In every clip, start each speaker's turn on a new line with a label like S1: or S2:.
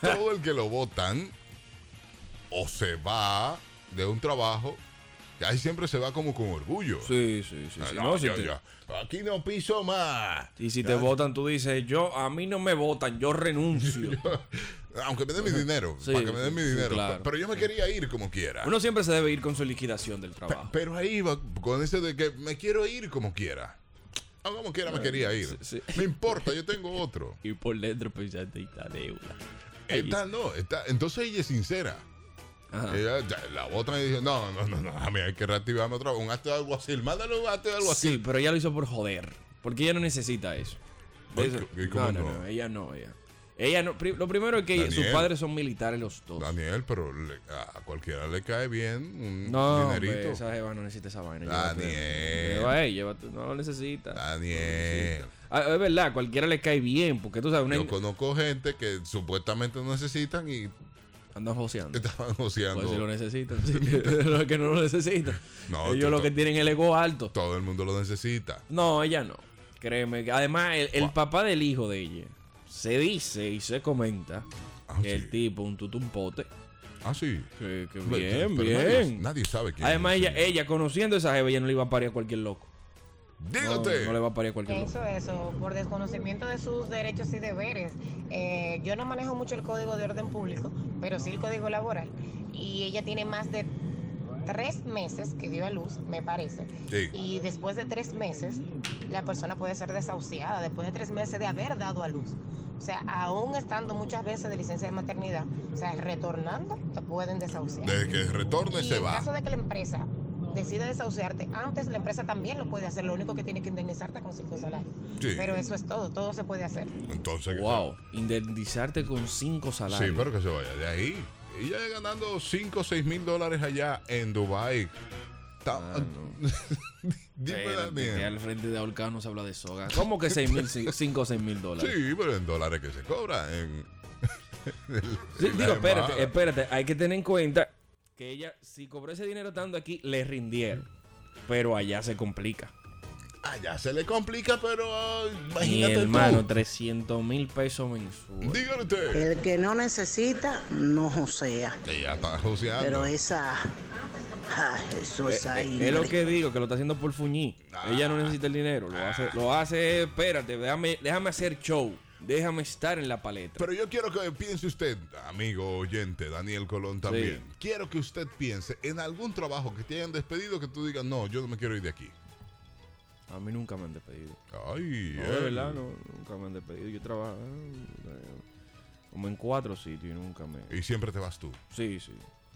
S1: todo el que lo votan o se va de un trabajo, ahí siempre se va como con orgullo.
S2: Sí, sí, sí.
S1: Ah,
S2: sí.
S1: no,
S2: No, si
S1: yo-
S2: te-
S1: yo- aquí no piso más.
S2: Y si te votan, tú dices, yo, a mí no me votan, yo renuncio.
S1: Aunque me den mi dinero,
S2: Sí,
S1: para que me den mi
S2: sí,
S1: dinero.
S2: claro.
S1: Pero yo me quería ir como quiera.
S2: Uno siempre se debe ir con su liquidación del
S1: Pe-
S2: trabajo.
S1: Pero ahí va con ese de que me quiero ir como quiera. Ah, como quiera me quería ir.
S2: sí, sí.
S1: Me importa, yo tengo otro.
S2: Y por dentro pues, pensaste, y está deuda.
S1: Esta no, esta, entonces ella es sincera.
S2: Ajá.
S1: Ella ya la otra y dice, no, no, no, no, a mí hay que reactivarme otra vez. Un acto de alguacil, mándale un acto de alguacil.
S2: Sí, pero ella lo hizo por joder. Porque ella no necesita eso.
S1: Ay,
S2: Eso-
S1: ¿y
S2: no,
S1: cómo
S2: no,
S1: no?
S2: no, ella no, ella. Ella no, pri- lo primero es que ella- sus
S1: Daniel.
S2: padres son militares los dos.
S1: Daniel, pero le- a a cualquiera le cae bien un
S2: No,
S1: dinerito.
S2: hombre, esa jeva no necesita esa vaina.
S1: Daniel.
S2: llévate- llévate- llévate- no lo necesita.
S1: Daniel.
S2: Ah, es verdad, cualquiera le cae bien, porque tú sabes, una
S1: Yo conozco gente que supuestamente necesitan y
S2: andan joseando.
S1: estaban
S2: Pues si lo
S1: joseando.
S2: necesitan, sí. Los que no lo necesitan.
S1: No, tú-
S2: Ellos lo
S1: tú-
S2: que tienen el ego alto.
S1: Todo el mundo lo necesita.
S2: No, ella no. Créeme. que- Además, el, el papá del hijo de ella se dice y se comenta
S1: Ah,
S2: que
S1: sí.
S2: el tipo, un tutumpote.
S1: Ah, sí.
S2: Que, que
S1: Pero-
S2: bien,
S1: pero Nadie,
S2: bien.
S1: nadie sabe quién
S2: Además,
S1: es.
S2: ella, ella conociendo a esa jeva, ella no le iba a parir a cualquier loco. No,
S1: Dígate.
S2: no le va a parir a cualquier
S3: que
S2: loco.
S3: hizo eso por desconocimiento de sus derechos y deberes. Eh, yo no manejo mucho el código de orden público, pero sí el código laboral. Y ella tiene más de tres meses que dio a luz, me parece.
S1: Sí.
S3: Y después de tres meses, la persona puede ser desahuciada, después de tres meses de haber dado a luz. O sea, aún estando muchas veces de licencia de maternidad, o sea, retornando, te pueden desahuciar.
S1: Desde que retorne
S3: Y
S1: se
S3: en
S1: va.
S3: caso de que la empresa decida desahuciarte, antes la empresa también lo puede hacer. Lo único que tiene que indemnizarte con cinco salarios.
S1: Sí.
S3: Pero eso es todo, todo se puede hacer.
S1: Entonces, que
S2: Wow, indemnizarte con cinco
S1: se-
S2: salarios.
S1: sí, pero que se vaya de ahí. Ella ganando 5 o 6 mil dólares allá en Dubai. Ta- Dime,
S2: Ah, Espérate, que
S1: Daniel.
S2: al frente de Ahorcado no se habla de soga. ¿Cómo que 5 mil, cin- cinco o 6 mil dólares?
S1: Sí, pero en dólares que se cobra. En,
S2: Sí,
S1: en la
S2: digo, espérate, eh,
S1: embajada.
S2: espérate. Hay que tener en cuenta que ella, si cobró ese dinero estando aquí, le rindieron. Pero allá se complica.
S1: Ah, ya se le complica, pero ah,
S2: Mi
S1: imagínate
S2: hermano,
S1: tú.
S2: 300 mil pesos mensuales.
S1: Dígate.
S4: El que no necesita, no josea.
S1: Que ya está
S4: Pero
S1: joseando.
S4: esa. ah, eso es ahí.
S2: Eh, Es lo que digo, que lo está haciendo por fuñí. Ella
S1: Ah.
S2: no necesita el dinero. Lo hace, lo hace espérate, déjame, déjame hacer show. Déjame estar en la paleta.
S1: Pero yo quiero que piense usted, amigo oyente, Daniel Colón también. Quiero que usted piense en algún trabajo que te hayan despedido que tú digas, no, yo no me quiero ir de aquí.
S2: A mí nunca me han despedido.
S1: Ay, eh,
S2: No, de
S1: él.
S2: verdad, no, nunca me han despedido. Yo trabajo eh, como en cuatro sitios y nunca me...
S1: Y siempre te vas tú.
S2: Sí, sí.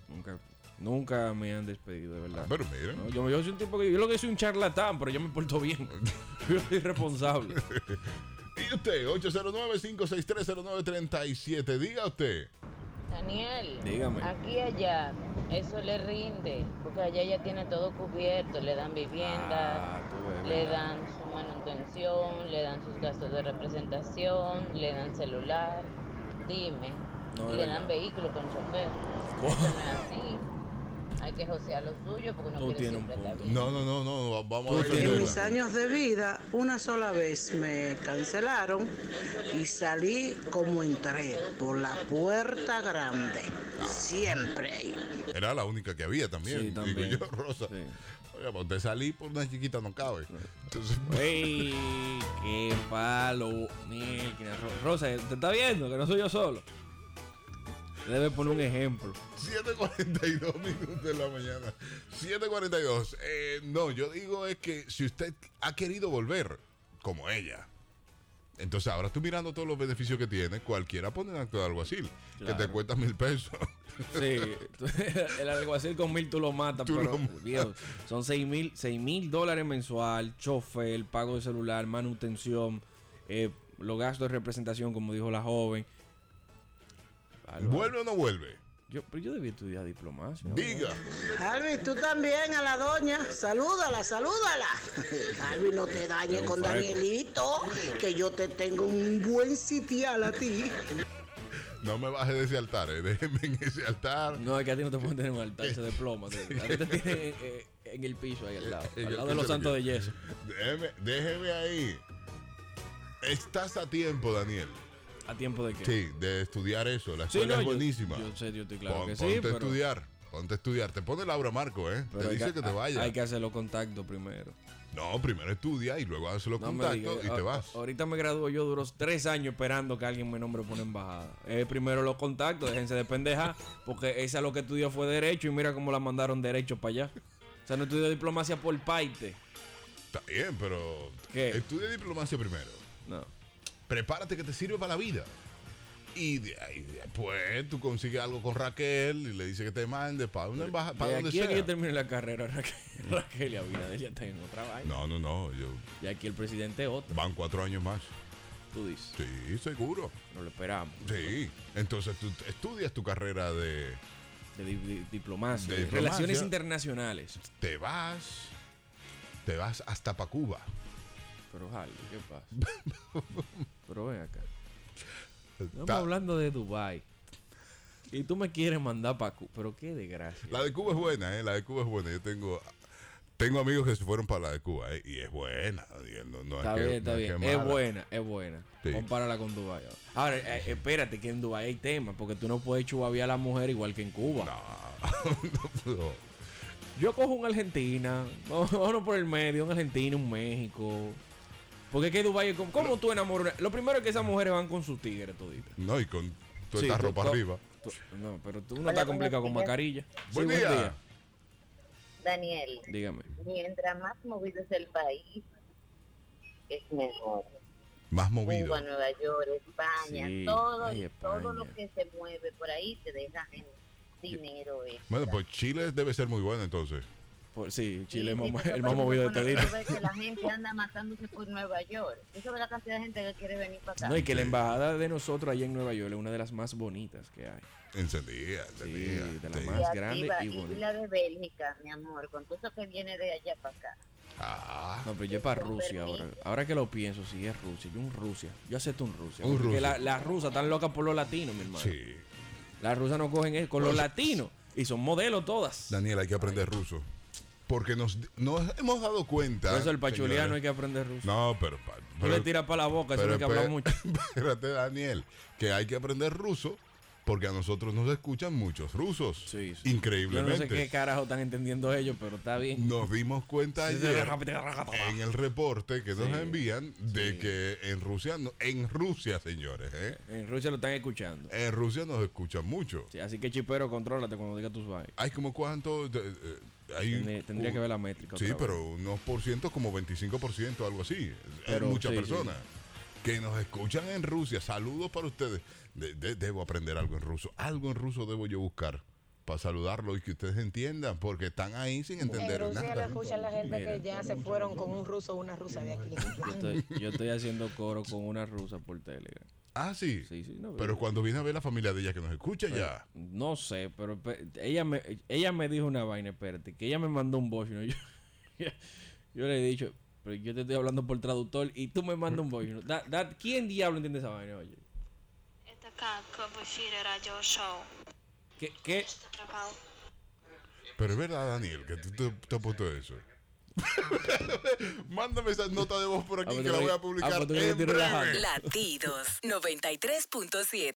S2: Nunca, nunca me han despedido, de verdad.
S1: Pero miren,
S2: No, yo, yo soy un tipo que... Yo lo que soy un charlatán, pero yo me porto bien. yo soy responsable.
S1: Y usted, 809-56309-37. Diga usted.
S5: Daniel,
S2: Dígame.
S5: aquí allá, eso le rinde, porque allá ya tiene todo cubierto, le dan
S2: Ah,
S5: vivienda,
S2: tú ves,
S5: le
S2: ¿verdad?
S5: dan su manutención, le dan sus gastos de representación, le dan celular, dime,
S2: No, es
S5: y le
S2: verdad.
S5: dan vehículo con chofer.
S2: Wow.
S5: Eso no es así. Hay que josear lo suyo porque uno
S2: Tú
S5: quiere
S2: tienes un
S5: siempre estar
S2: punto.
S5: bien.
S1: No, no, no, no,
S2: Tú
S1: vamos a
S2: tienes
S4: En
S1: ver.
S4: mis años de vida, una sola vez me cancelaron y salí como entré, por la puerta grande. Siempre ahí.
S1: Era la única que había también.
S2: Sí, también.
S1: Digo yo, Rosa.
S2: Sí.
S1: Oiga, pues te salí por una chiquita, no cabe. Entonces,
S2: Ey, qué palo. Miel, que ro- Rosa, ¿te está viendo? Que no soy yo solo. Debe poner un ejemplo.
S1: 7.42 minutos de la mañana. 7.42. Eh, no, yo digo es que si usted ha querido volver como ella, entonces ahora tú mirando todos los beneficios que tiene, cualquiera pone un acto de alguacil, que te
S2: Claro.
S1: cuesta mil pesos.
S2: Sí, tú- el alguacil con mil tú lo matas,
S1: Tú
S2: pero
S1: lo matas.
S2: viejo, son seis mil, seis mil dólares mensual, chofer, pago de celular, manutención, eh, los gastos de representación, como dijo la joven. Bárbaro.
S1: ¿Vuelve o no vuelve?
S2: Yo, pero yo debí estudiar diplomacia. ¿no?
S1: Diga.
S4: Alvin, tú también a la doña. Salúdala, salúdala. Alvin, no te dañes con Danielito, que yo te tengo un buen sitial a ti.
S1: No me baje de ese altar, eh, déjeme en ese altar.
S2: No, es que a ti no te pueden tener un altar ese de plomo. te- A ti te tienen eh, en el piso ahí al lado.
S1: En el
S2: Al lado
S1: piso
S2: de los
S1: lo
S2: santos de
S1: quiero.
S2: yeso.
S1: Déjeme, déjeme ahí. Estás a tiempo, Daniel.
S2: ¿A tiempo de qué?
S1: Sí, de estudiar eso. La escuela
S2: no,
S1: es
S2: yo-
S1: buenísima.
S2: Yo, sé, yo estoy claro
S1: Pon-
S2: que
S1: ponte
S2: sí,
S1: a
S2: pero,
S1: estudiar. Ponte a estudiar. Te pone Laura Marco, ¿eh?
S2: pero
S1: te
S2: hay
S1: dice que, te vayas.
S2: Hay que hacer los contactos primero.
S1: No, primero estudia y luego haces los
S2: No me
S1: contactos
S2: digas.
S1: y te
S2: A-
S1: vas.
S2: a- Ahorita me graduó, yo duró tres años esperando que alguien me nombre por una embajada. Eh, primero los contactos, déjense de pendeja, porque esa lo que estudió fue derecho y mira cómo la mandaron derecho para allá. O sea, no estudió diplomacia por parte.
S1: Está bien, pero
S2: ¿Qué?
S1: estudia diplomacia primero.
S2: No.
S1: Prepárate que te sirve para la vida. Y de ahí después tú consigues algo con Raquel y le dice que te mande para una embajada, para
S2: de
S1: donde
S2: aquí a que yo
S1: sea.
S2: termine la carrera, Raquel, Raquel y Abinader ya está en otra vaina.
S1: No, no, no. Yo,
S2: Y aquí el presidente es otro,
S1: van cuatro años más.
S2: tú dices.
S1: Sí, seguro.
S2: No lo esperamos.
S1: Sí. Entonces tú estudias tu carrera de...
S2: De, di- di- diplomacia.
S1: De diplomacia.
S2: Relaciones internacionales.
S1: Te vas... Te vas hasta para Cuba.
S2: Pero Jali, ¿qué pasa? Pero ven acá. Estamos
S1: Ta-
S2: hablando de Dubai. Y tú me quieres mandar para Cuba. Pero qué desgracia.
S1: La de Cuba es buena, ¿eh? La de Cuba es buena. Yo tengo, tengo amigos que se fueron para la de Cuba, ¿eh? Y es buena. digo, No, no
S2: está
S1: es que-
S2: bien,
S1: no
S2: está
S1: es
S2: bien.
S1: que
S2: Es,
S1: mala.
S2: buena, es buena.
S1: Sí.
S2: Compárala con Dubai. ahora. Ahora, eh, espérate, que en Dubai hay temas. Porque tú no puedes chubaviar a la mujer igual que en Cuba.
S1: No, Ah, no.
S2: Yo cojo un Argentina. Vámonos por el medio. Un Argentina, un México. Porque es que Dubai es como. ¿Cómo tú enamoras? Lo primero es que esas mujeres van con sus tigres toditas.
S1: No, y con toda
S2: Sí,
S1: esta
S2: tú-
S1: ropa
S2: tú-
S1: arriba.
S2: tú- no, pero tú no estás complicado con mascarilla. Sí,
S1: Buen día.
S5: Daniel,
S2: Dígame.
S5: mientras más movido es el país, es mejor.
S1: Más movido.
S5: Cuba, Nueva York, España,
S2: Sí,
S5: todo,
S2: ay,
S5: todo lo
S2: España.
S5: que se mueve por ahí te deja en dinero. eh. extra.
S1: Bueno, pues Chile debe ser muy bueno entonces.
S2: Por- sí, Chile es
S5: Sí,
S2: más-
S5: sí,
S2: el
S5: pero
S2: más
S5: por
S2: movido este de Teddy.
S5: ejemplo, cuando tú ves que La gente anda matándose por Nueva York. Tú sabes la cantidad de gente que quiere venir para acá.
S2: No, y que la embajada de nosotros allá en Nueva York es una de las más bonitas que hay.
S1: Encendida, encendida.
S2: de la
S1: sí.
S2: más
S5: activa,
S2: grande y bonita.
S5: la de Bélgica, mi amor, con todo eso que viene de allá para acá.
S1: Ah,
S2: No, pero yo es para
S5: Con
S2: Rusia ahora.
S5: permiso.
S2: Ahora que lo pienso, sí, es Rusia. Yo un Rusia. Yo acepto un Rusia.
S1: Un
S2: porque
S1: Rusia.
S2: la- las rusas están locas por los latinos, mi hermano.
S1: sí.
S2: Las rusas no cogen eso, con los latinos. Y son modelos todas.
S1: Daniel, hay que aprender ruso. Porque nos, nos hemos dado cuenta.
S2: Por eso el
S1: señores.
S2: pachuliano hay que aprender ruso.
S1: No, pero. pa-
S2: Tú
S1: pero-
S2: le tiras para la boca, eso
S1: Pero
S2: no hay que hablar
S1: espé-
S2: mucho.
S1: Espérate, Daniel, que hay que aprender ruso porque a nosotros nos escuchan muchos rusos.
S2: Sí, sí. Yo no
S1: Increíblemente.
S2: sé qué carajo están entendiendo ellos, pero está bien.
S1: Nos dimos cuenta ayer en
S2: Pero
S1: el reporte que nos envían de que en Rusia, no- en Rusia, señores, ¿eh?
S2: En Rusia lo están escuchando.
S1: en Rusia nos escuchan mucho.
S2: Sí, así que chipero, contrólate cuando digas tus vainas.
S1: Hay como cuánto, de- de- hay
S2: Tendría- Tendría que ver la métrica.
S1: Sí,
S2: otra vez.
S1: pero unos por ciento, como 25%, algo así.
S2: Pero,
S1: Hay muchas
S2: sí,
S1: personas que nos escuchan en Rusia. Saludos para ustedes. De- de- debo aprender algo en ruso. Algo en ruso debo yo buscar para saludarlo y que ustedes entiendan, porque están ahí sin
S3: En
S1: entender
S3: Rusia lo
S1: nada.
S3: escuchan la gente
S2: Mira.
S3: que ya se fueron con un ruso o una rusa de aquí.
S2: Yo estoy, yo estoy haciendo coro con una rusa por Telegram.
S1: Ah, sí.
S2: Sí, sí, no.
S1: Pero cuando viene a ver la familia de ella que nos escucha ya.
S2: No sé, pero pe- ella me, ella me dijo una vaina, espérate, que ella me mandó un voice, ¿no? yo, yo le he dicho, pero yo te estoy hablando por traductor y tú me mandas un voice. ¿no? Da- da- ¿Quién diablo entiende esa vaina, oye?
S6: Это как в эфире радиошоу?
S2: ¿Qué? qué?
S6: Что пропал?
S1: Pero es verdad, Daniel, que tú te, te has puesto eso. Mándame esa nota de voz por
S2: Ah,
S1: aquí
S2: pues
S1: que
S2: tú
S1: la
S2: me-
S1: voy
S2: ah,
S1: a publicar
S2: pues tú me
S1: en
S2: estás
S1: breve.
S2: relajando.
S7: Latidos 93.7.